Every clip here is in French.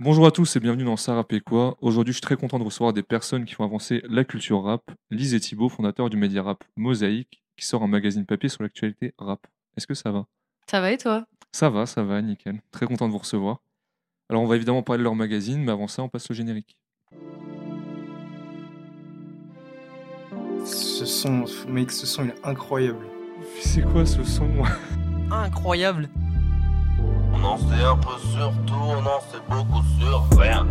Bonjour à tous et bienvenue dans Ça Rap et quoi. Aujourd'hui, je suis très content de recevoir des personnes qui font avancer la culture rap. Lise et Thibault, fondateur du média rap Mosaïque, qui sort un magazine papier sur l'actualité rap. Est-ce que ça va Ça va et toi Ça va, ça va, nickel. Très content de vous recevoir. Alors, on va évidemment parler de leur magazine, mais avant ça, on passe au générique. Ce son, mec, ce son il est incroyable. C'est quoi ce son Incroyable On en sait un peu sur tout, on en sait beaucoup sur rien.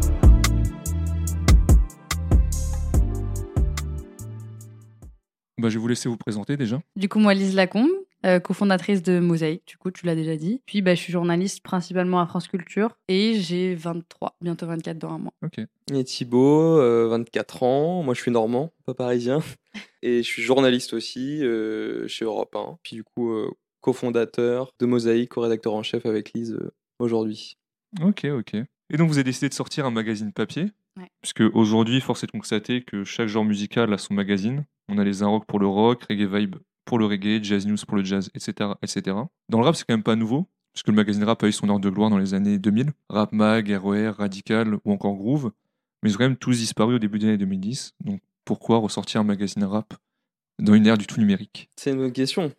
bah, Je vais vous laisser vous présenter déjà. Du coup, moi, Lise Lacombe, euh, cofondatrice de Mosaïque, du coup, tu l'as déjà dit. Puis, bah, je suis journaliste principalement à France Culture et j'ai 23, bientôt 24 dans un mois. Ok. Et Thibaut, euh, 24 ans, moi je suis normand, pas parisien, et je suis journaliste aussi euh, chez Europe 1, puis du coup euh, cofondateur de Mosaïque, co-rédacteur en chef avec Lise euh, aujourd'hui. Ok, ok. Et donc, vous avez décidé de sortir un magazine papier Ouais. Puisque aujourd'hui, force est de constater que chaque genre musical a son magazine. On a les un rock pour le rock, reggae vibe pour le reggae, jazz news pour le jazz, etc. etc. Dans le rap, c'est quand même pas nouveau, puisque le magazine rap a eu son heure de gloire dans les années 2000. Rap Mag, ROR, Radical ou encore Groove. Mais ils ont quand même tous disparu au début des années 2010. Donc, pourquoi ressortir un magazine rap dans une ère du tout numérique C'est une bonne question.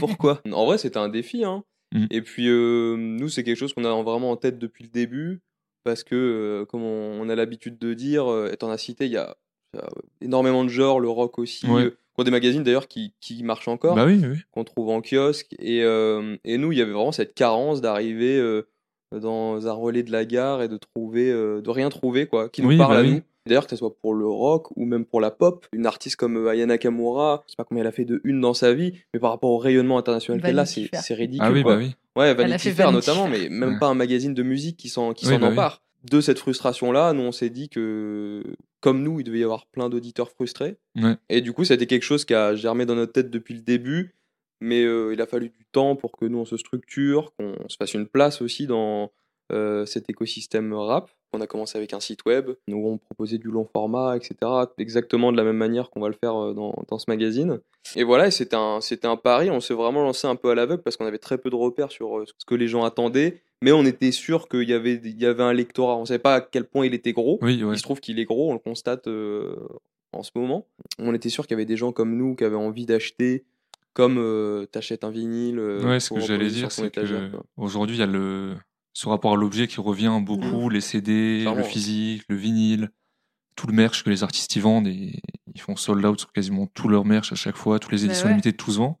Pourquoi En vrai, c'était un défi. Hein. Mhm. Et puis, euh, nous, c'est quelque chose qu'on a vraiment en tête depuis le début, parce que, euh, comme on, on a l'habitude de dire, euh, et t'en as cité, il y a euh, énormément de genres, le rock aussi, Ouais. euh, qui ont des magazines d'ailleurs qui, qui marchent encore. Bah oui, oui. qu'on trouve en kiosque. Et, euh, et nous, il y avait vraiment cette carence d'arriver euh, dans un relais de la gare et de trouver, euh, de rien trouver, quoi, qui nous Oui, parle bah à oui. nous. D'ailleurs, que ce soit pour le rock ou même pour la pop, une artiste comme euh, Aya Nakamura, je sais pas combien elle a fait de une dans sa vie, mais par rapport au rayonnement international qu'elle a, Vanity c'est Fair. c'est ridicule. Ah oui, quoi. bah oui. Ouais, a Vanity fait Fair Vanity notamment, mais Fair. même Ouais. pas un magazine de musique qui s'en qui Oui, s'en bah oui. empare. De cette frustration-là, nous, on s'est dit que, comme nous, il devait y avoir plein d'auditeurs frustrés. Ouais. Et du coup, ça a été quelque chose qui a germé dans notre tête depuis le début, mais euh, il a fallu du temps pour que nous, on se structure, qu'on se fasse une place aussi dans euh, cet écosystème rap. On a commencé avec un site web où on proposait du long format, etc. Exactement de la même manière qu'on va le faire euh, dans, dans ce magazine. Et voilà, et c'était un, c'était un pari. On s'est vraiment lancé un peu à l'aveugle parce qu'on avait très peu de repères sur euh, ce que les gens attendaient. Mais on était sûr qu'il y avait, il y avait un lectorat. On ne savait pas à quel point il était gros. Oui, ouais. Il se trouve qu'il est gros, on le constate euh, en ce moment. On était sûr qu'il y avait des gens comme nous qui avaient envie d'acheter, comme euh, t'achètes un vinyle. euh, Ouais, ce pour que j'allais reposer dire, sur ton c'est que étagère, quoi. aujourd'hui, il y a le ce rapport à l'objet qui revient beaucoup, les CD, Clairement, le ouais. physique, le vinyle, tout le merch que les artistes y vendent et ils font sold out sur quasiment tout leur merch à chaque fois, toutes les Bah éditions ouais. limitées de tous ans.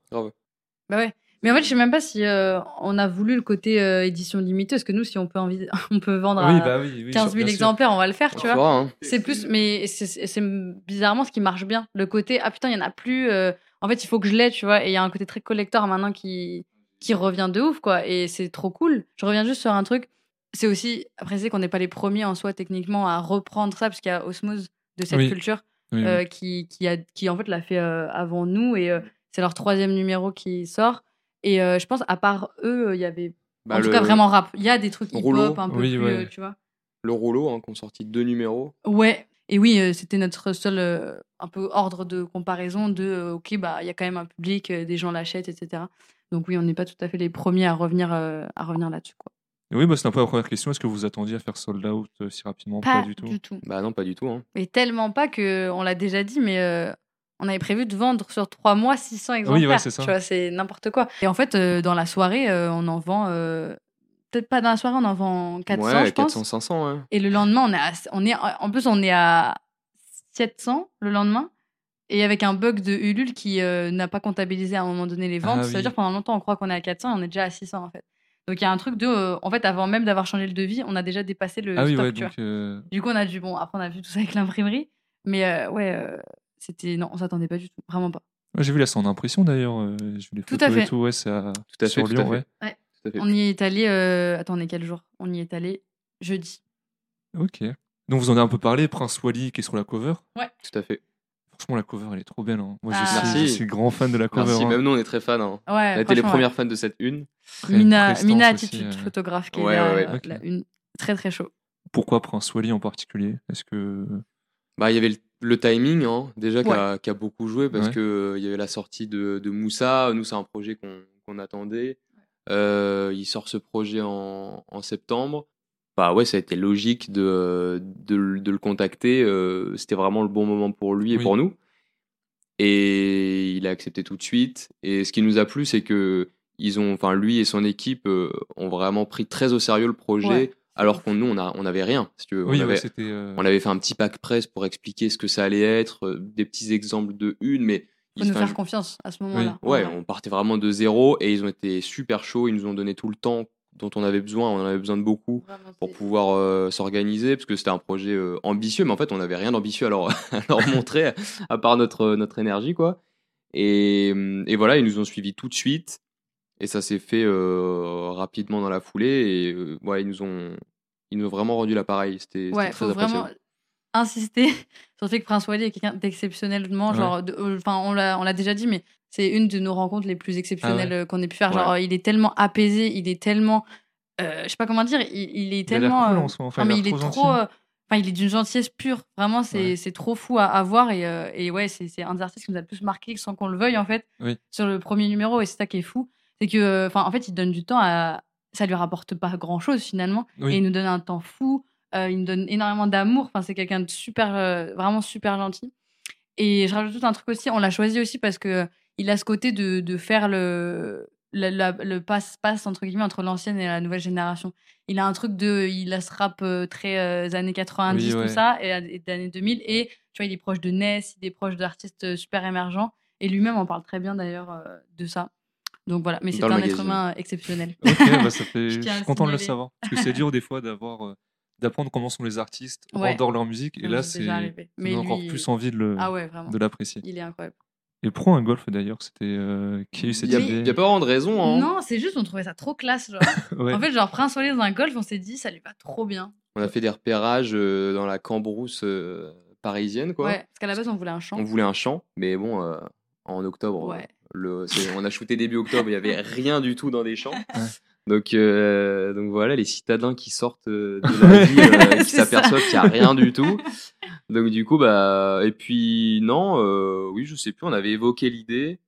Bah ouais. Mais en fait, je sais même pas si euh, on a voulu le côté euh, édition limitée, parce que nous, si on peut, envi- on peut vendre à Ah oui, 15 000 exemplaires, on va le faire, tu Tu vois. vois, hein. C'est plus, euh, mais c'est- c'est c'est bizarrement ce qui marche bien. Le côté, ah putain, il y en a plus. euh, en fait, il faut que je l'aie, tu vois. Et il y a un côté très collector maintenant qui, qui revient de ouf, quoi. Et c'est trop cool. Je reviens juste sur un truc. C'est aussi, après, c'est qu'on n'est pas les premiers en soi, techniquement, à reprendre ça, parce qu'il y a Osmose de cette Oui. culture Oui, oui. euh, qui, qui, a, qui en fait l'a fait euh, avant nous. Et euh, c'est leur troisième numéro qui sort. Et euh, je pense, à part eux, il y avait. Bah, en tout le, cas, vraiment rap. Il y a des trucs Rouleau, hip-hop, un peu oui, plus, ouais. euh, tu vois. le rouleau, hein, qu'on sortit deux numéros. Ouais, et oui, euh, c'était notre seul euh, un peu ordre de comparaison de euh, ok, bah il y a quand même un public, euh, des gens l'achètent, etc. Donc oui, on n'est pas tout à fait les premiers à revenir euh, à revenir là-dessus quoi. Et oui, bah, c'est un peu la première question. Est-ce que vous attendiez à faire sold out euh, si rapidement Pas, du tout. Bah non, pas du tout. hein. Et tellement pas que on l'a déjà dit, mais euh, on avait prévu de vendre sur trois mois 600 exemplaires. Oui, ouais, c'est ça. Tu vois, c'est n'importe quoi. Et en fait, euh, dans la soirée, euh, on en vend euh, peut-être pas dans la soirée, on en vend 400, ouais, je pense. 400, 500. hein. Et le lendemain, on est, à- on est en plus on est à 700 le lendemain. Et avec un bug de Ulule qui euh, n'a pas comptabilisé à un moment donné les ventes, Ah ça veut oui. dire pendant longtemps on croit qu'on est à 400 et on est déjà à 600 en fait. Donc il y a un truc de, euh, en fait avant même d'avoir changé le devis, on a déjà dépassé le Ah oui, stock. ouais, tu vois. donc. euh, Du coup on a dû, bon après on a vu tout ça avec l'imprimerie, mais euh, ouais euh, c'était non on s'attendait pas du tout, vraiment pas. ouais, J'ai vu la en impression d'ailleurs. euh, J'ai vu les Tout à photos et fait. tout. Ouais, c'est à... Tout à sur fait, tout Lyon, à fait. ouais. Tout à fait. On y est allé, euh, attendez quel jour On y est allé jeudi. Ok. Donc, vous en avez un peu parlé. Prince Wally qui est sur la cover. Tout à fait. Franchement, la cover, elle est trop belle. hein. Moi, je, Ah. suis, je Merci. suis grand fan de la cover. Merci, hein. même nous, on est très fans. hein. Ouais. on a été les Euh, franchement, ouais. premières fans de cette une. Très Mina, prestance Mina aussi, Attitude, euh. photographe qui Ouais, est là, ouais, ouais. Ok. là, une... très très chaud. Pourquoi Prince Wally en particulier Est-ce que. Bah, il y avait le, le timing, hein, déjà, qui a, qui a beaucoup joué, parce Ouais. que euh, il y avait la sortie de, de Moussa. Nous, c'est un projet qu'on qu'on attendait. Euh, il sort ce projet en, en septembre. Enfin, ouais, ça a été logique de, euh, de, le- de le contacter. euh, C'était vraiment le bon moment pour lui et Oui. pour nous. Et il a accepté tout de suite. Et ce qui nous a plu, c'est que ils ont, enfin, lui et son équipe euh, ont vraiment pris très au sérieux le projet, Ouais. alors qu'on nous, on a- on avait rien. Si tu veux. Oui, on ouais, avait, c'était. euh, on avait fait un petit pack presse pour expliquer ce que ça allait être, euh, des petits exemples de une, mais Faut nous ils- enfin, faire confiance à ce moment-là. Ouais, on partait vraiment de zéro et ils ont été super chauds. Ils nous ont donné tout le temps dont on avait besoin. On en avait besoin de beaucoup Vraiment, pour c'est- pouvoir euh, s'organiser parce que c'était un projet euh, ambitieux, mais en fait, on n'avait rien d'ambitieux à leur, à leur montrer à part notre, euh, notre énergie, quoi. Et, euh, et voilà, ils nous ont suivis tout de suite et ça s'est fait euh, rapidement dans la foulée. Et euh, ouais, ils nous ont, ils nous ont vraiment rendu l'appareil. C'était c'était Ouais, très faut vraiment appréciable. insister sur le fait que Prince Wally est quelqu'un d'exceptionnellement, genre, de- euh, enfin, on l'a on l'a déjà dit, mais c'est une de nos rencontres les plus exceptionnelles euh, qu'on ait pu faire. Genre, il est tellement apaisé, il est tellement, euh, je sais pas comment dire, il, il est il a l'air tellement. cool euh, en ce moment. Enfin, non, mais a il l'air est gentil. trop. euh, Enfin, il est d'une gentillesse pure. Vraiment, c'est Ouais. c'est trop fou à, à voir. Et, euh, et ouais, c'est c'est un des artistes qui nous a le plus marqué sans qu'on le veuille, en fait, Oui. sur le premier numéro. Et c'est ça qui est fou. C'est que, euh, enfin, en fait, il donne du temps à. Ça lui rapporte pas grand chose, finalement. Oui. euh, Et il nous donne un temps fou. euh, il nous donne énormément d'amour. Enfin, c'est quelqu'un de super. euh, vraiment super gentil. Et je rajoute tout un truc aussi. On l'a choisi aussi parce que il a ce côté de, de faire le. la- la- le passe-passe entre guillemets entre l'ancienne et la nouvelle génération. Il a un truc de, il a ce rap euh, très euh, années 90 Oui, ouais. comme ça et, et d'années 2000 et tu vois il est proche de Ness, il est proche d'artistes euh, super émergents et lui-même en parle très bien d'ailleurs euh, de ça. Donc voilà, mais c'est Dans un le être magazine. humain euh, signaler. Ok, bah, ça fait... Je je tiens à suis le content de le signaler. savoir. Parce que c'est dur des fois d'avoir, euh, d'apprendre comment sont les artistes, on Ouais. adore leur musique, et Ça là nous est c'est déjà ça arrivé. donne encore lui- plus envie de Euh, le- Ah ouais, vraiment. de l'apprécier. Il est incroyable. Et prends un golf d'ailleurs, c'était euh, qui a eu cette Il y a- idée il y a pas vraiment de raison. hein. Non, c'est juste on trouvait ça trop classe genre. Ouais. En fait, genre Prince Wally dans un golf, on s'est dit ça lui va trop bien. On a fait des repérages euh, dans la cambrousse euh, parisienne, quoi. ouais, parce qu'à la base on voulait un chant. On voulait euh, un champ, mais bon, euh, en octobre, Ouais. le, c'est- on a shooté début octobre, il n'y avait rien du tout dans les champs. Donc, euh, donc voilà, les citadins qui sortent euh, de la vie, euh, qui C'est ça. s'aperçoivent qu'il n'y a rien du tout. Donc du coup, bah, et puis non, euh, oui, je sais plus, on avait évoqué l'idée.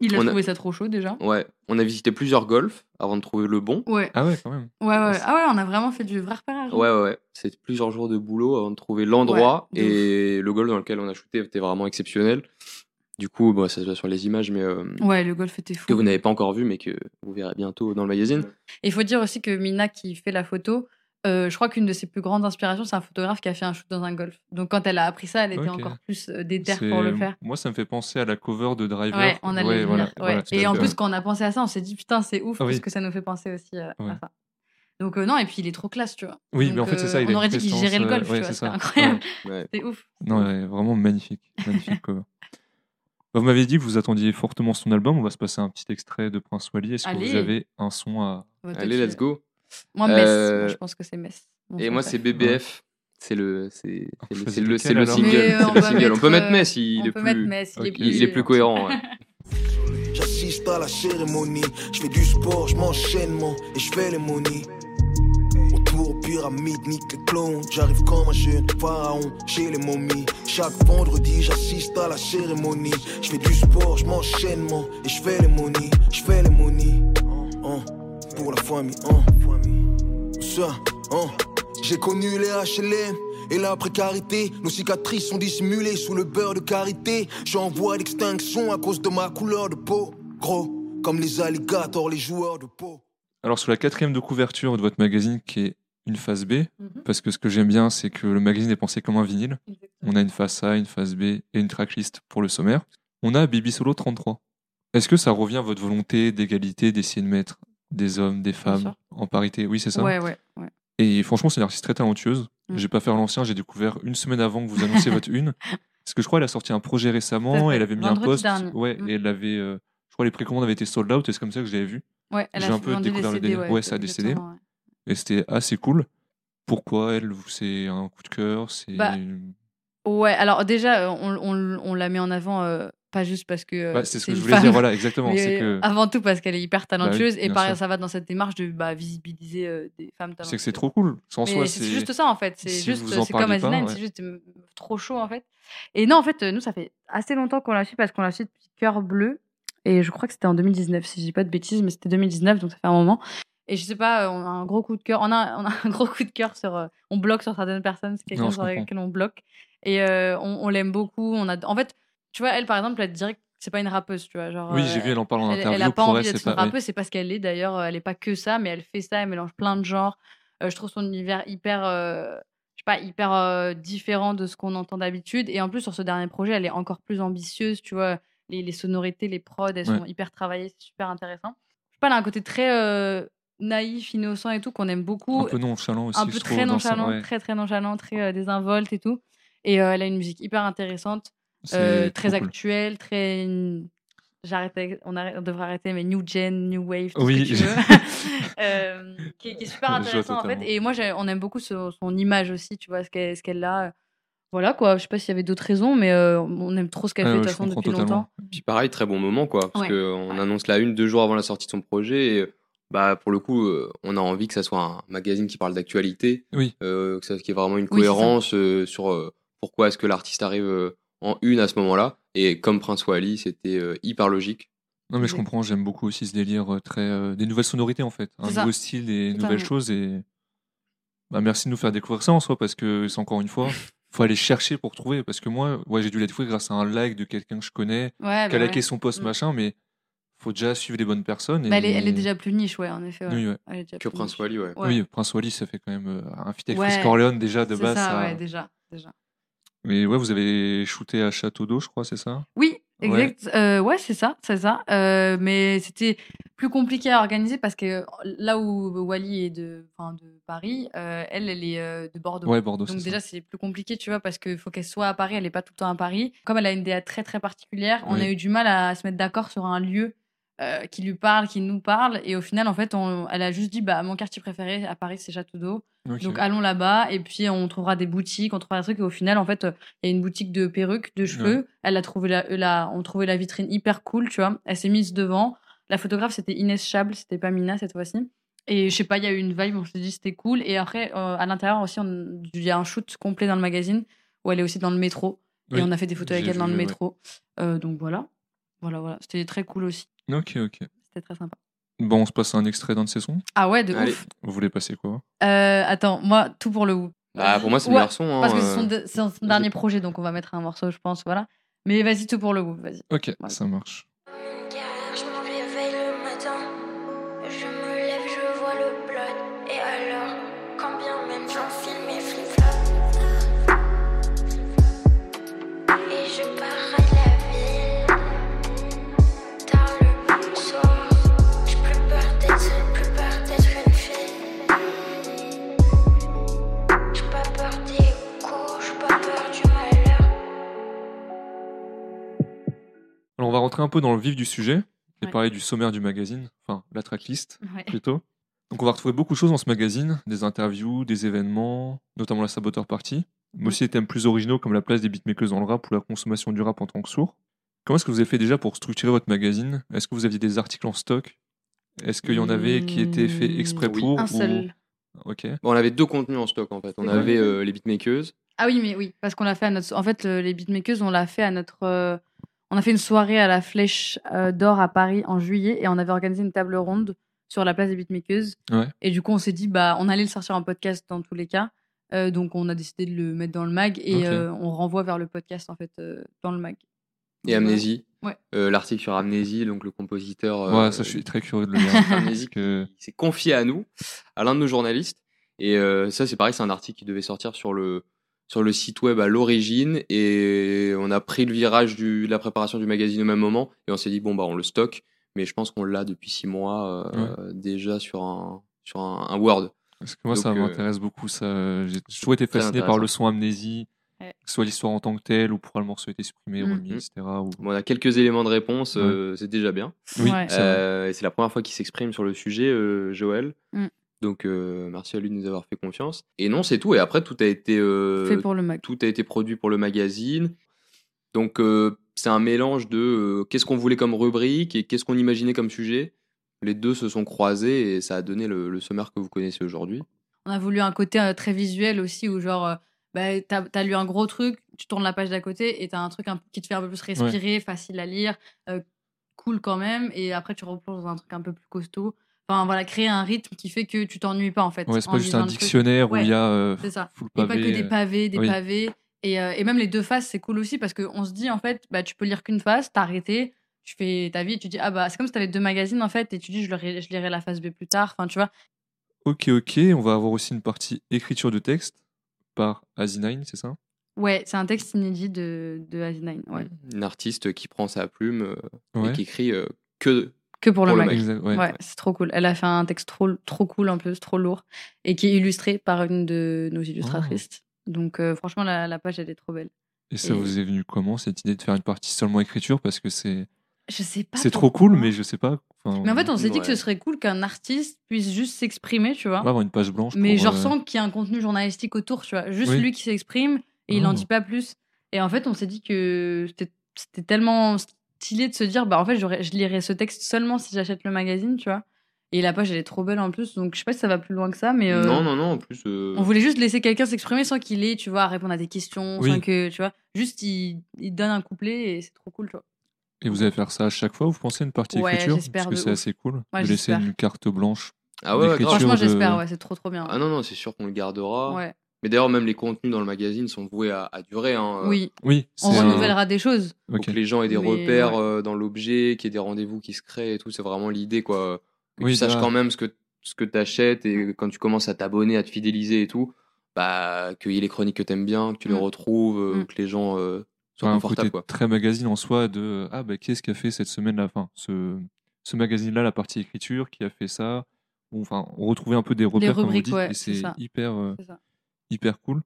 Il a on a- trouvé ça trop chaud déjà. Ouais, on a visité plusieurs golfs avant de trouver le bon. Ouais. Ah ouais, quand même. Ouais, ouais, ah ouais, on a vraiment fait du vrai repérage. Ouais, ouais, ouais. C'est plusieurs jours de boulot avant de trouver l'endroit. Ouais, de et le golf dans lequel on a shooté était vraiment exceptionnel. Du coup, bon, ça se voit sur les images, mais euh, Ouais, le golf était fou. que vous n'avez pas encore vu, mais que vous verrez bientôt dans le magazine. Et il faut dire aussi que Mina, qui fait la photo, euh, je crois qu'une de ses plus grandes inspirations, c'est un photographe qui a fait un shoot dans un golf. Donc quand elle a appris ça, elle était Ok. encore plus euh, déterre C'est- pour le faire. Moi, ça me fait penser à la cover de Driver. Ouais, on allait Ouais, le voilà, dire, ouais. voilà, tout Et à en fait. plus, quand on a pensé à ça, on s'est dit putain, c'est ouf, Ah oui. parce que ça nous fait penser aussi euh, Ouais. à ça. Donc euh, non, et puis il est trop classe, tu vois. oui, Donc, mais en fait, c'est ça. euh, il a on une aurait dit qu'il prestance, gérait le euh, golf, tu ouais, vois, c'est c'était ça. incroyable. Ouais. C'est ouf. Non, ouais, vraiment magnifique. magnifique cover. Bah, Vous m'avez dit que vous attendiez fortement son album. On va se passer un petit extrait de Prince Wally. Est-ce que vous Allez. avez un son à. Ouais, toi, Allez, Bah, tu- let's go. Moi, Metz, Euh, moi, je pense que c'est Metz. Mon Et son moi, préf. c'est BBF. C'est le, c'est, c'est le, Choisis c'est le, c'est le lequel, alors single. Mais, euh, C'est on le va single. On peut mettre, mettre Metz, il, On peut est plus, mettre Metz, il est Ok. plus. euh, il, il est plus cohérent. ouais. J'assiste à la cérémonie, je fais du sport, je m'enchaîne mon et je fais les monies. Autour pyramide, nique les clones, j'arrive comme un jeune pharaon chez les momies. Chaque vendredi, j'assiste à la cérémonie, je fais du sport, je m'enchaîne mon et je fais les monies, je fais les monies. Hein, pour la famille, hein. ça, hein. J'ai connu les HLM et la précarité. Nos cicatrices sont dissimulées sous le beurre de karité. Je suis en voie d'extinction à cause de ma couleur de peau. Gros, comme les alligators, les joueurs de peau. Alors, sur la quatrième de couverture de votre magazine, qui est une phase B, Mhm. parce que ce que j'aime bien, c'est que le magazine est pensé comme un vinyle. On a une face A, une face B et une tracklist pour le sommaire. On a Bibi Solo 33. Est-ce que ça revient à votre volonté d'égalité, d'essayer de mettre des hommes, des femmes sûr. en parité Oui, c'est ça. Ouais, ouais, ouais. Et franchement, c'est une artiste très talentueuse. Mm. J'ai pas fait l'ancien, j'ai découvert une semaine avant que vous annonciez votre une. Parce que je crois qu'elle a sorti un projet récemment, Tout à fait. et elle avait mis Vendredi un post. dernier. Ouais, Mm. et elle avait. euh, je crois que les précommandes avaient été sold out, et c'est comme ça que je l'avais vu. Ouais, elle a J'ai un peu vendu des découvert le CD, délire. Ouais, ça a des CD. exactement, ouais. Et c'était assez cool. Pourquoi elle vous- C'est un coup de cœur C'est. Bah, Ouais, alors déjà, euh, on, on- on la met en avant, euh, pas juste parce que. euh, Bah, c'est ce que une je voulais femme, dire, voilà, exactement. mais, C'est euh, que, Bah Avant tout parce qu'elle est hyper talentueuse et bien par sûr. ça va dans cette démarche de bah, visibiliser euh, des femmes talentueuses. c'est que c'est trop cool. En Mais soi, c'est c'est. juste ça en fait, c'est si juste vous en c'est comme parlez Asinine, pas, ouais. c'est juste euh, trop chaud en fait. Et non, en fait, euh, nous ça fait assez longtemps qu'on la suit parce qu'on la suit depuis Cœur Bleu et je crois que c'était en 2019 si je dis pas de bêtises, mais c'était 2019 donc ça fait un moment. Et je sais pas, euh, on a un gros coup de cœur. On a, on a un gros coup de cœur sur. euh, on bloque sur certaines personnes, c'est quelqu'un Non, je sur comprends. lequel on bloque. Et euh, on, on l'aime beaucoup. On a, en fait, tu vois, elle, par exemple, elle direct, c'est pas une rappeuse, tu vois. Genre, Oui, euh, j'ai vu, elle en parle en elle, interview. elle a pas pour envie elle, d'être c'est une pas. ouais. rappeuse, c'est pas ce qu'elle est d'ailleurs. euh, Elle est pas que ça, mais elle fait ça, elle mélange plein de genres. Euh, je trouve son univers hyper, euh, je sais pas, hyper euh, différent de ce qu'on entend d'habitude. Et en plus, sur ce dernier projet, elle est encore plus ambitieuse, tu vois. Les, les sonorités, les prods, elles sont hyper travaillées, c'est super intéressant. Je sais pas, elle a un côté très euh, naïf, innocent et tout, qu'on aime beaucoup Un peu nonchalant aussi. un peu je trouve, très dans son- nonchalant, euh, ouais. très très nonchalant, très euh, désinvolte et tout. Et euh, elle a une musique hyper intéressante, euh, C'est très trop cool. actuelle, très. J'arrête, avec- on, arrête- on devrait arrêter, mais new gen, new wave, tout Oui. ce que tu veux. Euh, qui, est- qui est super Je vois intéressant en fait. totalement. Et moi, j'ai- on aime beaucoup son, son image aussi, tu vois, ce qu'elle ce qu'elle a. Voilà quoi, je sais pas s'il y avait d'autres raisons, mais euh, on aime trop ce qu'elle Ah fait de ouais, toute je façon comprends depuis longtemps. totalement. Puis pareil, très bon moment, quoi. Parce Ouais. qu'on Ouais. annonce la une deux jours avant la sortie de son projet. Et, bah, pour le coup, euh, on a envie que ça soit un magazine qui parle d'actualité. Oui. euh, que ça- qu'il y ait vraiment une Oui, c'est ça. cohérence euh, sur euh, pourquoi est-ce que l'artiste arrive euh, en une à ce moment-là. Et comme Prince Wally, c'était euh, hyper logique. Non, mais je Exact. comprends, j'aime beaucoup aussi ce délire euh, très. euh, des nouvelles sonorités en fait. Un C'est ça. nouveau style, des Totalement. nouvelles choses. Et. Bah, merci de nous faire découvrir ça en soi, parce que c'est encore une fois, faut aller chercher pour trouver. Parce que moi, ouais, j'ai dû la découvrir grâce à un like de quelqu'un que je connais, Ouais, qui a bah ouais. liké son post, Mm. machin, mais faut déjà suivre les bonnes personnes. et- Bah, elle, est, elle est déjà plus niche, ouais, en effet. ouais. Oui, ouais. Elle est déjà Que plus Prince niche. Wally, ouais. Ouais. Oui, Prince Wally, ça fait quand même euh, un feat avec Ouais. Chris Corleone déjà de C'est base. ça, ça- ouais, déjà, déjà. Mais ouais, vous avez shooté à Château d'eau, je crois, c'est ça Oui, Ouais. exact. Euh, Ouais, c'est ça, c'est ça. Euh, mais c'était plus compliqué à organiser parce que là où Wally est de, enfin, de Paris, euh, elle, elle est euh, de Bordeaux. Ouais, Bordeaux. Donc c'est déjà, ça. c'est plus compliqué, tu vois, parce qu'il faut qu'elle soit à Paris, elle n'est pas tout le temps à Paris. Comme elle a une DA très, très particulière, on Oui. a eu du mal à se mettre d'accord sur un lieu euh, qui lui parle, qui nous parle. Et au final, en fait, on, elle a juste dit, bah, mon quartier préféré à Paris, c'est Château d'eau. Ok. Donc allons là-bas et puis on trouvera des boutiques, on trouvera des trucs et au final en fait euh, il y a une boutique de perruques, de cheveux. Elle a trouvé la, la, on trouvait la vitrine hyper cool, tu vois. Elle s'est mise devant. La photographe c'était Inès Chable, c'était pas Mina cette fois-ci. Et je sais pas, il y a eu une vibe, on s'est dit c'était cool. Et après euh, à l'intérieur aussi, on- il y a un shoot complet dans le magazine où elle est aussi dans le métro Oui, et on a fait des photos avec j'ai elle dans vu, le ouais. métro. Euh, donc voilà, voilà, voilà. C'était très cool aussi. Ok, ok. C'était très sympa. Bon, on se passe à un extrait d'un de ces sons. Ah ouais, de Allez. ouf. Vous voulez passer quoi Euh, attends, moi tout pour le ou. Bah, pour moi, c'est Ouais. le meilleur son. hein, Parce que euh. c'est son, de- c'est son dernier projet, donc on va mettre un morceau, je pense, voilà. Mais vas-y, tout pour le goût, vas-y. Ok, Ouais. ça marche. Car je me réveille le matin, je me lève, je vois le blood. Et alors, quand bien même j'enfile mes flip-flops, et je pars à la ville. Tard le soir, j'ai plus peur d'être seule, plus peur d'être une fille. J'ai pas peur des coups, j'ai pas peur du malheur. Alors, on va rentrer un peu dans le vif du sujet et Ouais. Eh. parler du sommaire du magazine, enfin, la tracklist plutôt. Donc, on va retrouver beaucoup de choses dans ce magazine des interviews, des événements, notamment la Saboteur Party, mais aussi des thèmes plus originaux comme la place des beatmakers dans le rap ou la consommation du rap en tant que sourd. Comment est-ce que vous avez fait déjà pour structurer votre magazine Est-ce que vous aviez des articles en stock Est-ce qu'il y en avait qui étaient faits exprès Mmh, oui. pour Un ou- Ah, seul. Ok. Bon, on avait deux contenus en stock, en fait. On Oui. avait euh, les beatmakers. Ah oui, mais oui, parce qu'on l'a fait à notre. En fait, le- les beatmakers, on l'a fait à notre. euh, On a fait une soirée à la Flèche euh, d'Or à Paris en juillet et on avait organisé une table ronde sur la place des beatmakers. Ouais. Et du coup, on s'est dit, bah, on allait le sortir en podcast dans tous les cas. Euh, donc, on a décidé de le mettre dans le mag et Ok. euh, on renvoie vers le podcast, en fait, euh, dans le mag. Et Amnésie. Ouais. Euh, L'article sur Amnésie, donc le compositeur. euh, Ouais, ça, je suis très curieux de le lire. parce Amnésie que... qui s'est confié à nous, à l'un de nos journalistes. Et euh, ça, c'est pareil, c'est un article qui devait sortir sur le, sur le site web à l'origine. Et on a pris le virage du, de la préparation du magazine au même moment. Et on s'est dit, bon, bah, on le stocke. Mais je pense qu'on l'a depuis six mois euh, déjà sur un, sur un, un Word. Parce que moi, Donc, ça euh, m'intéresse beaucoup. Ça, euh, j'ai toujours été très fasciné par le son amnésie, Ouais. que ce soit l'histoire en tant que telle, ou pourquoi le morceau est exprimé, Mm. remis, Mm. etc. ou- Bon, on a quelques éléments de réponse, Ouais. euh, c'est déjà bien. Oui, Ouais. c'est vrai. Euh, et c'est la première fois qu'il s'exprime sur le sujet, euh, Joël. Mm. Donc euh, merci à lui de nous avoir fait confiance. Et non, c'est tout. Et après, tout a été euh, fait pour le mag. tout a été produit pour le magazine. Donc euh, c'est un mélange de euh, qu'est-ce qu'on voulait comme rubrique et qu'est-ce qu'on imaginait comme sujet. Les deux se sont croisés et ça a donné le, le sommaire que vous connaissez aujourd'hui. On a voulu un côté euh, très visuel aussi, où genre, euh, bah, t'as as lu un gros truc, tu tournes la page d'à côté et t'as un truc un- qui te fait un peu plus respirer, facile à lire, euh, cool quand même, et après tu replonges dans un truc un peu plus costaud. Enfin voilà, créer un rythme qui fait que tu t'ennuies pas en fait. Ouais, c'est en pas juste lisant un le truc. dictionnaire Ouais. où il y a euh, C'est ça. full Et pas que pavé, des euh, pavés, des oui. pavés. Et, euh, et même les deux faces, c'est cool aussi parce qu'on se dit, en fait, bah, tu peux lire qu'une face, t'arrêter, tu fais ta vie et tu dis, ah bah, c'est comme si t'avais deux magazines en fait, et tu dis, je, le lirai- je lirai la face B plus tard. Enfin, tu vois. Ok, ok, on va avoir aussi une partie écriture de texte par Asinine, c'est ça Ouais, c'est un texte inédit de, de Asinine. Ouais. Une artiste qui prend sa plume euh, Ouais. et qui écrit euh, que. Que pour, Pour le le mag. mag. Exact, ouais. Ouais, c'est trop cool. Elle a fait un texte trop, trop cool en plus, trop lourd, et qui est illustré par une de nos illustratrices. Ah. Donc, euh, franchement, la, la page, elle est trop belle. Et ça Et- vous est venu comment cette idée de faire une partie seulement écriture parce que c'est Je sais pas. c'est trop cool, pourquoi. mais je sais pas. enfin, Mais en fait, on s'est dit que ce Ouais. serait cool qu'un artiste puisse juste s'exprimer, tu vois. on va avoir une page blanche. mais pour, genre euh, sans qu'il y ait un contenu journalistique autour, tu vois. Juste Oui. lui qui s'exprime et il Ah. en dit pas plus. Et en fait, on s'est dit que c'était- c'était tellement stylé de se dire, bah en fait, j'aurais- je lirai ce texte seulement si j'achète le magazine, tu vois. Et la page, elle est trop belle en plus, donc je sais pas si ça va plus loin que ça, mais euh, Non, non, non, en plus. euh, on voulait juste laisser quelqu'un s'exprimer sans qu'il ait, tu vois, à répondre à des questions, Oui. sans que, tu vois, juste il, il donne un couplet et c'est trop cool, tu vois. Et vous allez faire ça à chaque fois, vous pensez, une partie Ouais, écriture j'espère Parce que de c'est ouf. assez cool Ouais, de laisser j'espère. une carte blanche. Ah ouais, ouais, d'écriture. grave. Franchement, de- j'espère, ouais, c'est trop trop bien. Ah non, non, c'est sûr qu'on le gardera. ouais. Mais d'ailleurs, même les contenus dans le magazine sont voués à, à durer. hein. Oui, Oui, on euh, c'est un- renouvellera des choses. Faut ok. que les gens aient des Mais repères ouais. euh, dans l'objet, qu'il y ait des rendez-vous qui se créent et tout. C'est vraiment l'idée, quoi. Oui, Que bah. tu saches là. quand même ce que, ce que t'achètes et quand tu commences à t'abonner, à te fidéliser et tout, bah, qu'il y ait les chroniques que t'aimes bien, que tu les Mm. retrouves, euh, Mm. que les gens euh, soient Enfin, un côté confortables, quoi. très magazine en soi de euh, ah bah qu'est-ce qu'a fait cette semaine la fin ce ce magazine là la partie écriture qui a fait ça Bon, enfin on retrouvait un peu des repères comme vous rubriques, dites ouais, et c'est c'est ça. hyper euh, C'est ça. hyper cool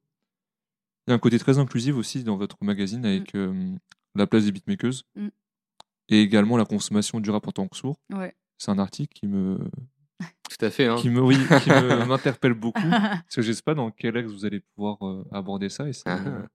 il y a un côté très inclusif aussi dans votre magazine avec euh, la place des beatmakers Mm. et également la consommation durable en tant que sourd Ouais. c'est un article qui me Tout à fait, hein. qui me oui, qui me- m'interpelle Ah. beaucoup parce que je sais pas dans quel axe vous allez pouvoir euh, aborder ça et c'est Ah, ah.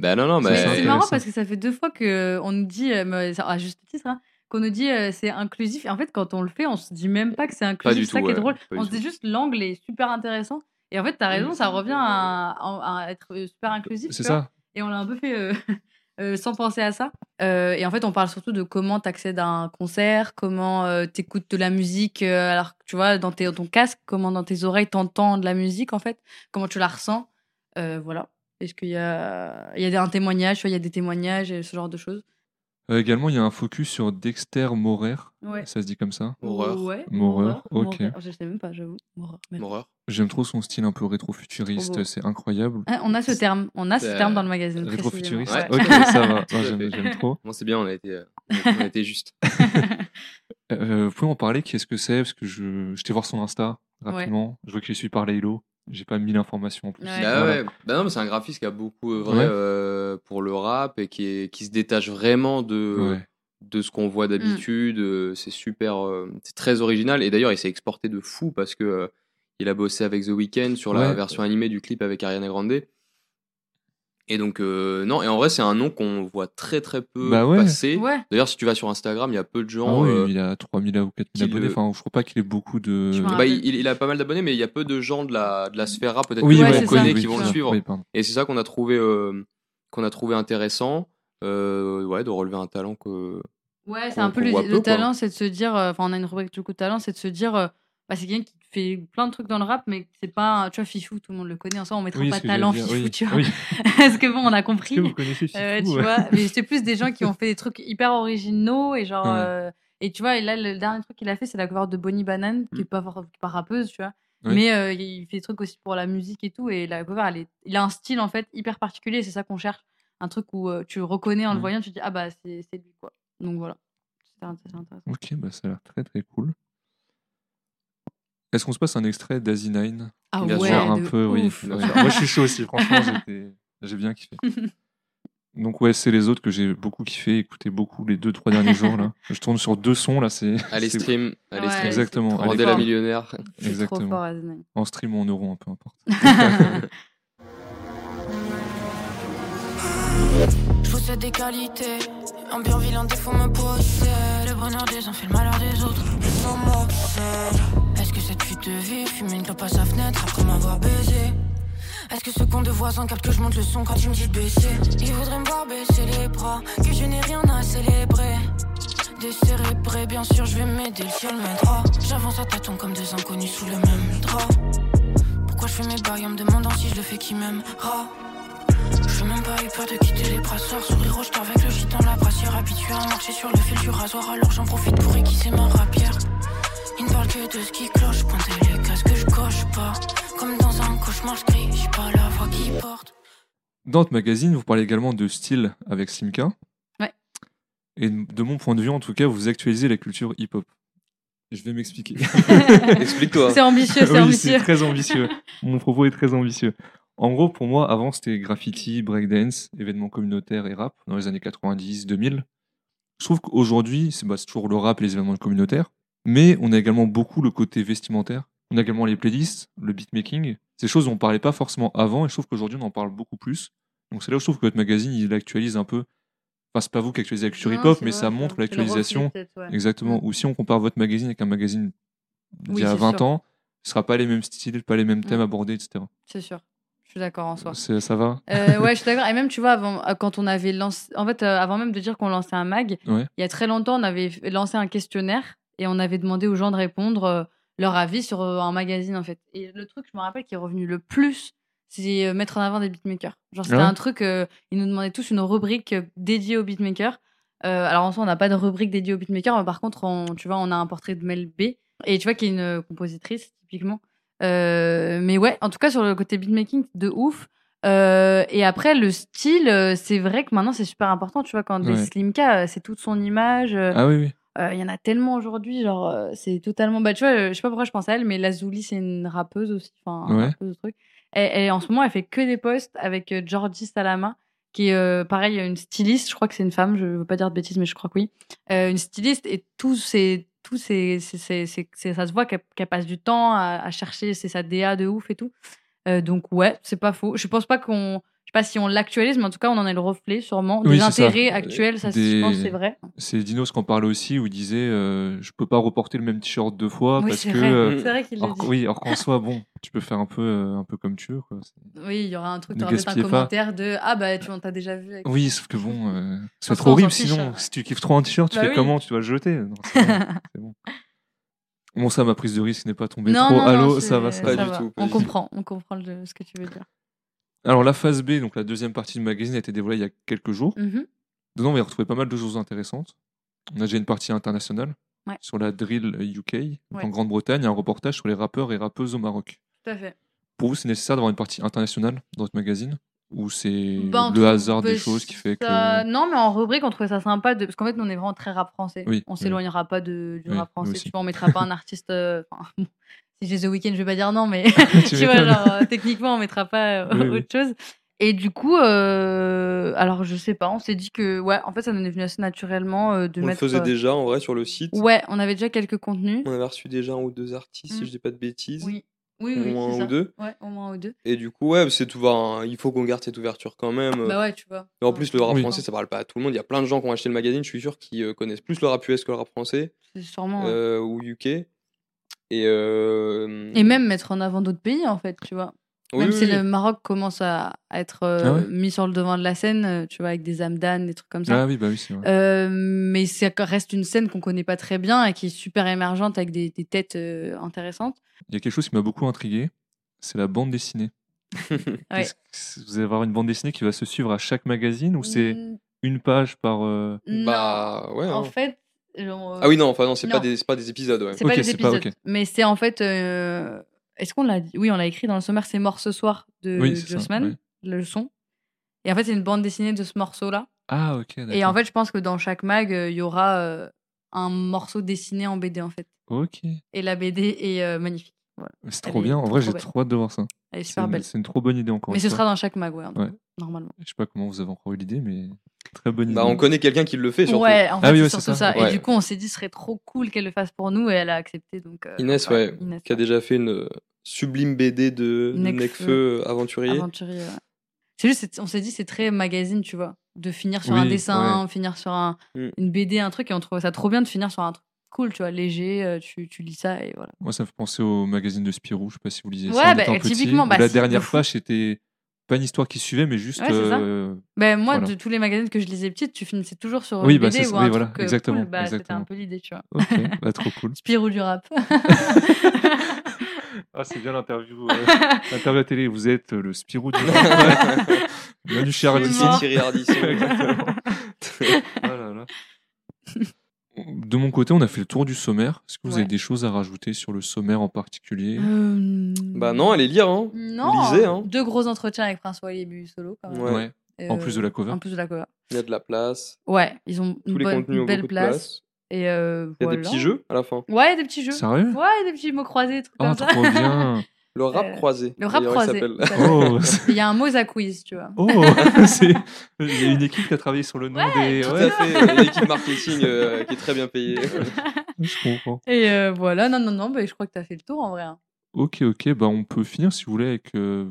Bah non, C'est non, bah, ça, Mais c'est intéressant. marrant parce que ça fait deux fois que on nous dit, euh, mais ça- à juste titre, hein, qu'on nous dit euh, c'est inclusif. Et en fait, quand on le fait, on se dit même pas que c'est inclusif. du c'est ça tout, qui est ouais, drôle. pas du On se dit tout. Mmh. juste l'angle est super intéressant. Et en fait, t'as raison, ça revient à, à- à être euh, super inclusif. c'est tu vois. ça Et on l'a un peu fait euh, euh, sans penser à ça. Euh, et en fait, on parle surtout de comment t'accèdes à un concert, comment euh, t'écoutes de la musique, euh, alors que tu vois, dans tes- ton casque, comment dans tes oreilles t'entends de la musique, en fait, comment tu la ressens. Euh, voilà. Est-ce qu'il y a, il y a des- un témoignage, tu vois, il y a des témoignages et ce genre de choses. Euh, également il y a un focus sur Dexter Morer Ouais. ça se dit comme ça Horreur. Ouais, Moreur, Moreur, ok. Moreur. Je sais même pas, j'avoue. Moreur, merde. Horreur. J'aime trop son style un peu Trop beau. rétro-futuriste, c'est incroyable. Hein, on a ce terme, on a ce Euh, terme dans le magazine. précisément. Rétro-futuriste, Ouais. ok, ça va, Tout à Ouais, j'aime- fait. j'aime trop. Bon, c'est bien, on a été, euh, on a été juste. Euh, vous pouvez en parler, qu'est-ce que c'est Parce que je j'étais voir son Insta rapidement, je vois qu'il est suivi par Laylo, j'ai pas mis l'information en plus. Ouais. Bah Voilà. ouais. Bah non, mais c'est un graphiste qui a beaucoup œuvré Ouais. euh, pour le rap et qui, est- qui se détache vraiment de, Ouais. de ce qu'on Mm. voit d'habitude. euh, C'est super, euh, c'est très original. Et d'ailleurs, il s'est exporté de fou parce que euh, il a bossé avec The Weeknd sur la Ouais. version animée du clip avec Ariana Grande. Et donc euh, non, et en vrai, c'est un nom qu'on voit très très peu Bah ouais. passer. Ouais. D'ailleurs, si tu vas sur Instagram, il y a peu de Ah gens. oui, euh, il a 3000 ou 4000 qu'il abonnés, le- enfin je crois pas qu'il ait beaucoup de... Je m'en bah, rappelle. il, il a pas mal d'abonnés, mais il y a peu de gens de la, de la sphère rap peut-être Oui, qu'on Ouais, c'est ça. connaît Oui, qui vont le c'est ça. suivre. Oui, pardon. Et c'est ça qu'on a trouvé euh, qu'on a trouvé intéressant, euh, ouais, de relever un talent que. Ouais, c'est qu'on- un peu qu'on le, voit le peu, quoi. talent, c'est de se dire. euh, Enfin, on a une rubrique du coup talent, c'est de se dire. euh, bah, c'est quelqu'un qui fait plein de trucs dans le rap, mais c'est pas. un- Tu vois, Fifou, tout le monde le connaît. En soi, on mettra Oui, pas ce que j'allais talent dire, Fifou, oui. tu vois. Oui. Parce que bon, on a Est-ce compris. que vous connaissez Fifou euh, tu ouais vois, mais c'est plus des gens qui ont fait des trucs hyper originaux et genre. Ouais. euh, et tu vois, et là, le dernier truc qu'il a fait, c'est la cover de Bonnie Banane, Mm. qui est pas, for- pas rappeuse, tu vois. Oui. Mais euh, il fait des trucs aussi pour la musique et tout. Et la cover, elle est... il a un style en fait hyper particulier, c'est ça qu'on cherche un truc où euh, tu le reconnais en le Mhm. voyant, tu te dis ah bah c'est c'est lui quoi. Donc voilà. C'est int- c'est intéressant. Ok, bah ça a l'air très très cool. Est-ce qu'on se passe un extrait d'Asinine Ah Bien ouais, sûr, un de peu, oui. ouf. Bien Ouais. sûr. Moi, je suis chaud aussi, franchement, j'étais- j'ai bien kiffé. Donc, ouais, c'est les autres que j'ai beaucoup kiffé, écouté beaucoup les deux, trois derniers jours. Là. Je tourne sur deux sons, là, c'est. Allez c'est- stream, allez Ouais, stream. c'est Exactement, trop allez, Rendez la fort. millionnaire. C'est Trop Exactement. fort, Aznavour. En stream ou en euros, hein, peu importe. Je possède des qualités, un bien vilain défaut me possède. Le bonheur des uns fait le malheur des autres. Je s'en m'obsède. Est-ce que cette fuite de vie fume une clope à sa fenêtre après m'avoir baisé? Est-ce que ce con de voisin capte que je monte le son quand il me dit de baisser Il voudrait me voir baisser les bras, que je n'ai rien à célébrer. Décérébré, bien sûr, je vais m'aider, le ciel m'aidera. J'avance à tâtons comme deux inconnus sous le même drap. Pourquoi je fais mes bails en me demandant si je le fais qui m'aimera Je suis même pas eu peur de quitter les brasseurs. Sourire au j'tors avec le shit dans la brassière. Habitué à marcher sur le fil du rasoir, alors j'en profite pour aiguiser ma rapière. Il ne parle que de ce qui cloche, pointer les cases que je coche pas. Comme dans un cauchemar, je crie, j'ai pas la voix qui porte. Dans notre magazine, vous parlez également de style avec Slimka. Ouais. Et de mon point de vue, en tout cas, vous actualisez la culture hip-hop. Je vais m'expliquer. Explique-toi. C'est ambitieux, c'est Oui, ambitieux. très ambitieux. Mon propos est très ambitieux. En gros, pour moi, avant, c'était graffiti, breakdance, événements communautaires et rap dans les années 90, 2000. Je trouve qu'aujourd'hui, c'est bah, c'est toujours le rap et les événements communautaires, mais on a également beaucoup le côté vestimentaire. On a également les playlists, le beatmaking. Ces choses dont on ne parlait pas forcément avant, et je trouve qu'aujourd'hui, on en parle beaucoup plus. Donc c'est là où je trouve que votre magazine, il actualise un peu. Enfin, c'est pas vous qui actualisez la culture Non, hip-hop, c'est mais vrai, ça c'est montre vrai. C'est le reflet, l'actualisation peut-être, ouais. Exactement. Ou si on compare votre magazine avec un magazine d'il Oui, y a c'est 20 sûr. ans, ce sera pas les mêmes styles, pas les mêmes thèmes Mm. abordés, etc. C'est sûr. Je suis d'accord en soi. Bah, C'est- Ça va Euh, ouais, je suis d'accord. Et même, tu vois, avant, euh, quand on avait lancé. En fait, euh, avant même de dire qu'on lançait un mag, Ouais. il y a très longtemps, on avait f- lancé un questionnaire et on avait demandé aux gens de répondre euh, leur avis sur euh, un magazine, en fait. Et le truc, je me rappelle, qui est revenu le plus, c'est euh, mettre en avant des beatmakers. Genre, c'était Ah Ouais. un truc. euh, ils nous demandaient tous une rubrique euh, dédiée aux beatmakers. Euh, alors, en soi, on n'a pas de rubrique dédiée aux beatmakers, mais par contre, on, tu vois, on a un portrait de Mel B. Et tu vois, qui est une euh, compositrice, typiquement. Euh, mais ouais, en tout cas, sur le côté beatmaking, de ouf. Euh, et après, le style, euh, c'est vrai que maintenant, c'est super important. Tu vois, quand des Ouais. Slimka, euh, c'est toute son image. euh, Ah oui, oui. euh, Il y en a tellement aujourd'hui, genre, euh, c'est totalement. Bah, tu vois, euh, je sais pas pourquoi je pense à elle, mais Lazuli, c'est une rappeuse aussi. Enfin, un Ouais. rappeuse de truc. Et, et en ce moment, elle fait que des posts avec euh, Georgie Salama, qui est euh, pareil, une styliste. Je crois que c'est une femme, je veux pas dire de bêtises, mais je crois que oui. Euh, une styliste, et tous ces. Tous ces, ces- ces- ces- ces- ça se voit qu'elle qu'elle passe du temps à, à chercher, c'est sa DA de ouf et tout. Euh, donc, ouais, c'est pas faux. Je pense pas qu'on. Je sais pas si on l'actualise, mais en tout cas, on en est le reflet, sûrement. Des Oui, c'est ça. intérêts actuels, ça, Des- je pense, c'est vrai. C'est Dinos qui en parlait aussi, où il disait euh, Je peux pas reporter le même t-shirt deux fois Oui, parce c'est que. vrai. euh, C'est vrai qu'il le alors, dit. qu'- oui, alors qu'en soi, bon, tu peux faire un peu, euh, un peu comme tu veux. quoi. C'est- Oui, il y aura un truc, Ne tu peut-être un gaspillez pas. commentaire de Ah bah tu en t'as déjà vu avec Oui, sauf que bon, euh, ça En va être soi, on horrible s'en fiche, sinon. hein. Si tu kiffes trop un t-shirt, tu Bah fais oui. comment Tu vas le jeter Non, c'est bon, c'est bon. Bon, ça, ma prise de risque n'est pas tombée trop à l'eau, ça va, ça Pas va. du tout, pas on du tout. comprend, on comprend le- ce que tu veux dire. Alors la phase B, donc la deuxième partie du magazine, a été dévoilée il y a quelques jours. Mhm. Dedans, on va y retrouver pas mal de choses intéressantes. On a déjà une partie internationale Ouais. sur la drill UK. Donc, Ouais. En Grande-Bretagne, il y a un reportage sur les rappeurs et rappeuses au Maroc. Tout à fait. Pour vous, c'est nécessaire d'avoir une partie internationale dans votre magazine Ou c'est Bah, on le trouve hasard des que choses qui fait que... ça- Non, mais en rubrique, on trouvait ça sympa de... parce qu'en fait, nous on est vraiment très rap français. Oui, on oui. s'éloignera pas de... du Oui, rap nous français. aussi. Tu vois, on mettra pas un artiste. euh, enfin, bon, si j'ai The Weeknd, je vais pas dire non, mais Ah, Tu tu vois, m'étonnes. genre, euh, techniquement, on mettra pas euh, Oui, oui. autre chose. Et du coup, euh, alors je sais pas, on s'est dit que, ouais, en fait, ça nous est venu assez naturellement euh, de On le mettre. faisait euh, déjà en vrai sur le site. Ouais, on avait déjà quelques contenus. On avait reçu déjà un ou deux artistes, Mm. si je dis pas de bêtises. Oui, oui, Au oui. moins c'est un ça. ou deux. Ouais, au moins un ou deux. Et du coup, ouais, c'est tout. va, hein, Il faut qu'on garde cette ouverture quand même. Bah ouais, tu vois. Euh, Et en plus, le rap Oui. français, ça parle pas à tout le monde. Il y a plein de gens qui ont acheté le magazine, je suis sûr, qui euh, connaissent plus le rap US que le rap français C'est Sûrement. ouais. euh, ou UK. Et, euh, Et même mettre en avant d'autres pays, en fait, tu vois. oui, même oui, si oui. le Maroc commence à à être euh, Ah ouais mis sur le devant de la scène, euh, tu vois, avec des Amdan, des trucs comme ça. Ah oui, bah oui, c'est vrai. Euh, mais ça reste une scène qu'on connaît pas très bien et qui est super émergente avec des, des têtes euh, intéressantes. Il y a quelque chose qui m'a beaucoup intrigué, c'est la bande dessinée. Ouais. Est-ce que Vous allez avoir une bande dessinée qui va se suivre à chaque magazine ou c'est Mm, une page par... euh, non. Bah ouais. En hein. fait. genre, euh, Ah oui, non, enfin, non, c'est non. pas, des- c'est pas des épisodes, ouais. euh, C'est Ok, pas les c'est pas- épisodes. ok. Mais c'est en fait. euh, Est-ce qu'on l'a dit Oui, on l'a écrit dans le sommaire, c'est mort ce soir de Oui, c'est ça, Jossman, ouais. le son. Et en fait, c'est une bande dessinée de ce morceau-là. Ah ok, d'accord. Et en fait, je pense que dans chaque mag, euh, il y aura euh, un morceau dessiné en BD, en fait. Ok. Et la BD est euh, magnifique. C'est Elle trop est bien. En vrai, trop j'ai belle. trop hâte de voir ça. Elle est C'est super une, belle. c'est une trop bonne idée encore. Mais une ce fois. sera dans chaque mag, ouais, en- Ouais. normalement. Je sais pas comment vous avez encore eu l'idée, mais très bonne idée. Bah, on connaît quelqu'un qui le fait surtout. Ouais, en fait, Ah oui, c'est ouais, c'est surtout ça. ça. Et Ouais. du coup, on s'est dit, ce serait trop cool qu'elle le fasse pour nous, et elle a accepté. Donc, euh, Inès, voilà, ouais, Inès, Qui a déjà fait une euh, sublime BD de Necfeu. Necfeu aventurier. Aventurier, ouais. C'est juste, c'est- on s'est dit, c'est très magazine, tu vois, de finir sur un Oui, dessin, finir sur un, Mm. une BD, un truc, et on trouvait ça trop bien de finir sur un truc cool, tu vois, léger, euh, tu, tu lis ça, et voilà. Moi, ça me fait penser au magazine de Spirou. Je sais pas si vous lisez Ouais, ça. en bah, étant petit, typiquement, où bah, la si, de dernière fou. page, c'était pas une histoire qui suivait, mais juste. Ouais, c'est ça. euh, Ben, moi, Voilà. de tous les magazines que je lisais petite, tu finissais toujours sur Oui, une bah, BD c'est ça. ou un Oui, truc voilà. euh, cool. Exactement, Bah, c'était un exactement. peu l'idée, tu vois. Ok, bah, trop cool. Spirou du rap. Ah, c'est bien l'interview. l'interview à télé, vous êtes euh, le Spirou du. Bienvenue chez C'est Ardisson. mort. Thierry Ardisson. Exactement. Ah là là. De mon côté, on a fait le tour du sommaire. Est-ce que vous Ouais. avez des choses à rajouter sur le sommaire en particulier Euh, bah non, allez lire, hein. Non. lisez, hein. Deux gros entretiens avec François Olibu solo, quand même. Ouais. En Euh, plus de la cover. En plus de la cover. Il y a de la place. Ouais, ils ont Tous une les bonne- contenus ont une belle beaucoup place. de place. Et euh, Il y a des voilà. petits jeux à la fin. Ouais, des petits jeux. Sérieux Ouais, des petits mots croisés, des trucs Ah, comme ça. trop bien. Le rap Euh, croisé. Le rap d'ailleurs, il croisé. s'appelle. tout à fait. Oh, c'est- Il y a un Moza quiz, tu vois. oh, c'est il y a une équipe qui a travaillé sur le nom des. Tout Ouais, à fait. euh, L'équipe marketing euh, qui est très bien payée. je comprends. Et euh, voilà, non, non, non, bah, je crois que t'as fait le tour en vrai. hein. Ok, ok, bah on peut finir si vous voulez avec euh,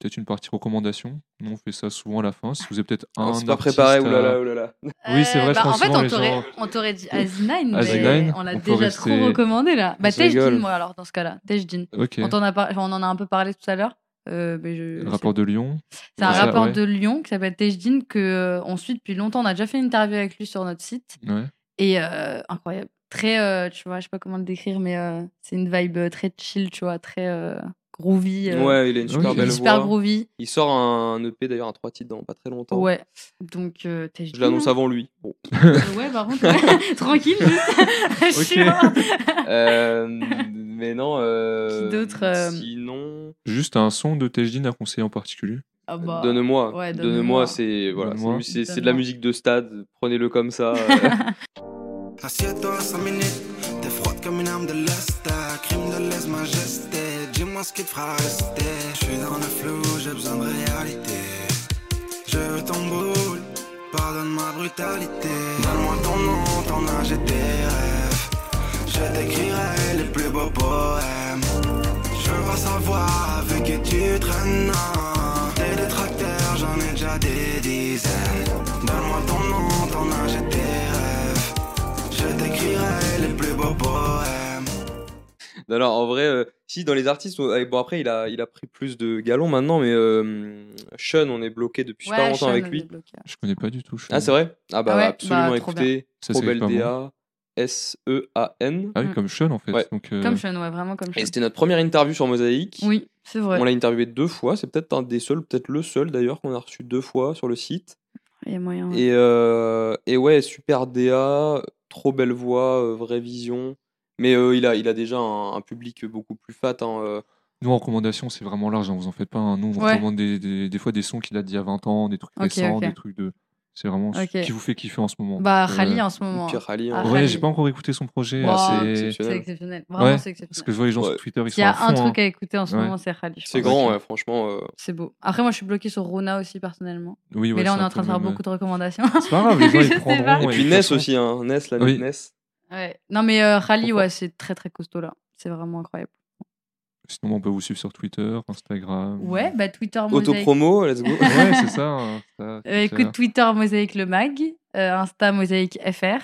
peut-être une partie recommandation. Nous on fait ça souvent à la fin. Si vous avez peut-être un. On s'est pas artiste préparé, à- oulala, euh, oulala. Oui, c'est vrai, je bah, pense En fait, souvent, on les t'aurait, gens- on t'aurait dit Asinine, mais Asinine, on l'a on peut déjà rester- trop recommandé là. Bah, se Tejdin, rigole. moi, alors, dans ce cas-là. Tejdin. Ok. On, t'en a par- enfin, on en a un peu parlé tout à l'heure. euh, mais je... Le rapport de Lyon. C'est un Ça, rapport ouais. de Lyon qui s'appelle Tejdin que euh, on suit depuis longtemps. On a déjà fait une interview avec lui sur notre site. Ouais. Et euh, incroyable. Très, euh, tu vois, je sais pas comment le décrire, mais euh, c'est une vibe euh, très chill, tu vois, très euh, groovy. euh, Ouais, il a une super Ok. belle super voix. groovy. Il sort un EP d'ailleurs à trois titres dans pas très longtemps. Ouais. Donc, euh, t'es Euh, Je l'annonce avant lui. Bon. Ouais, par contre, ouais. tranquille, juste. Ok. Chiant. Euh, mais non. Euh, Qui d'autre, euh, Sinon, Juste un son de Tejdin à conseiller en particulier. Euh, Ah bah, donne-moi. ouais, donne-moi, donne-moi. c'est voilà, c'est Donne-moi. mu- c'est c'est de Donne-moi. la musique de stade. Prenez-le comme ça. euh, L'assiette dans 5 minutes, t'es froide comme une arme de l'Est, ta crime de lèse-majesté. Dis-moi ce qui te fera rester. Je suis dans le flou, j'ai besoin de réalité. Je veux ton boule, pardonne ma brutalité. Donne-moi ton nom, ton âge et tes rêves. Je t'écrirai les plus beaux poèmes. Je veux pas savoir avec qui tu traînes. non. Tes détracteurs, j'en ai déjà des dizaines. Donne-moi ton nom, ton âge et tes rêves. Je t'écrirai les plus beaux poèmes. Non, non, en vrai, euh, si dans les artistes, on- euh, bon après il a, il a pris plus de galons maintenant, mais euh, Sean, on est bloqué depuis Ouais, super longtemps Sean, avec on est lui. bloqué. Je connais pas du tout. je- Ah c'est vrai Ah bah Ah ouais, absolument bah, trop écoutez, Ça, trop c'est belle pas DA, S E A N. Ah oui, Mm. comme Sean en fait. Ouais. Donc, euh, Comme Sean, ouais, vraiment comme Sean. Et c'était notre première interview sur Mosaïque. Oui, c'est vrai. On l'a interviewé deux fois, c'est peut-être un des seuls, peut-être le seul d'ailleurs qu'on a reçu deux fois sur le site. Il y a moyen. hein. Et, euh, et ouais, super DA, trop belle voix, euh, vraie vision. Mais euh, il, a, il a déjà un, un public beaucoup plus fat. hein, euh, nous en recommandation, c'est vraiment large. hein, vous en faites pas. un. Nous, on vous Ouais. recommande des, des, des fois des sons qu'il a d'il y a 20 ans, des trucs Ok, récents, ok. des trucs de. C'est vraiment ce Ok. qui vous fait kiffer en ce moment. Bah, Euh, Rally en ce moment. Pierre Rally, Ah, hein. Rally. Ouais, j'ai pas encore écouté son projet. Wow. c'est- exceptionnel. C'est exceptionnel. Vraiment, Ouais. c'est Parce exceptionnel. que je vois les gens Ouais. sur Twitter, ils sont. S'il y a à un fond, truc hein. à écouter en ce Ouais. moment, c'est Rally. je C'est pense. grand, ouais, franchement. euh, C'est beau. Après, moi, je suis bloquée sur Rona aussi, personnellement. Oui, ouais, mais là, on c'est est un en train peu de faire le même- beaucoup de recommandations. C'est pas grave, les gens Je sais ils prendront. pas. Et Ah de puis toute Ness façon- aussi, hein. Ness, la Oui. Ness. Ouais. Non, mais euh, Rally, Trop ouais, c'est très, très costaud, là. C'est vraiment incroyable. Sinon, on peut vous suivre sur Twitter, Instagram. Ouais, bah, Twitter Mosaïque. Autopromo, let's go. Ouais, c'est ça. hein, ça, Euh, Twitter. écoute, Twitter Mosaïque le mag, euh, Insta Mosaïque FR. Et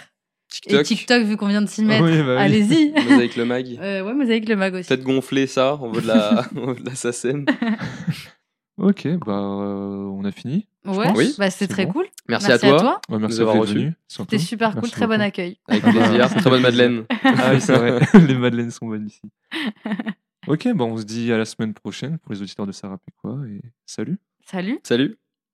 TikTok, TikTok, vu qu'on vient de s'y mettre, Oui, bah oui. allez-y. avec le mag. Euh, ouais, Mosaïque le mag aussi. Peut-être gonfler ça, on veut de la, on veut de la SACEM. Ok, bah, euh, on a fini. Ouais, Oui, bah, c'est c'est très bon. cool. Merci, à toi. Ouais, merci Nous avoir d'avoir reçus. venu. surtout. C'était super cool, Merci très bon beaucoup. accueil. Avec Ah bah, plaisir. c'est Très bonne plaisir. Madeleine. Ah oui, c'est vrai. les madeleines sont bonnes ici. Ok, bah, on se dit à la semaine prochaine pour les auditeurs de Sarah Péquois et salut. Salut. Salut.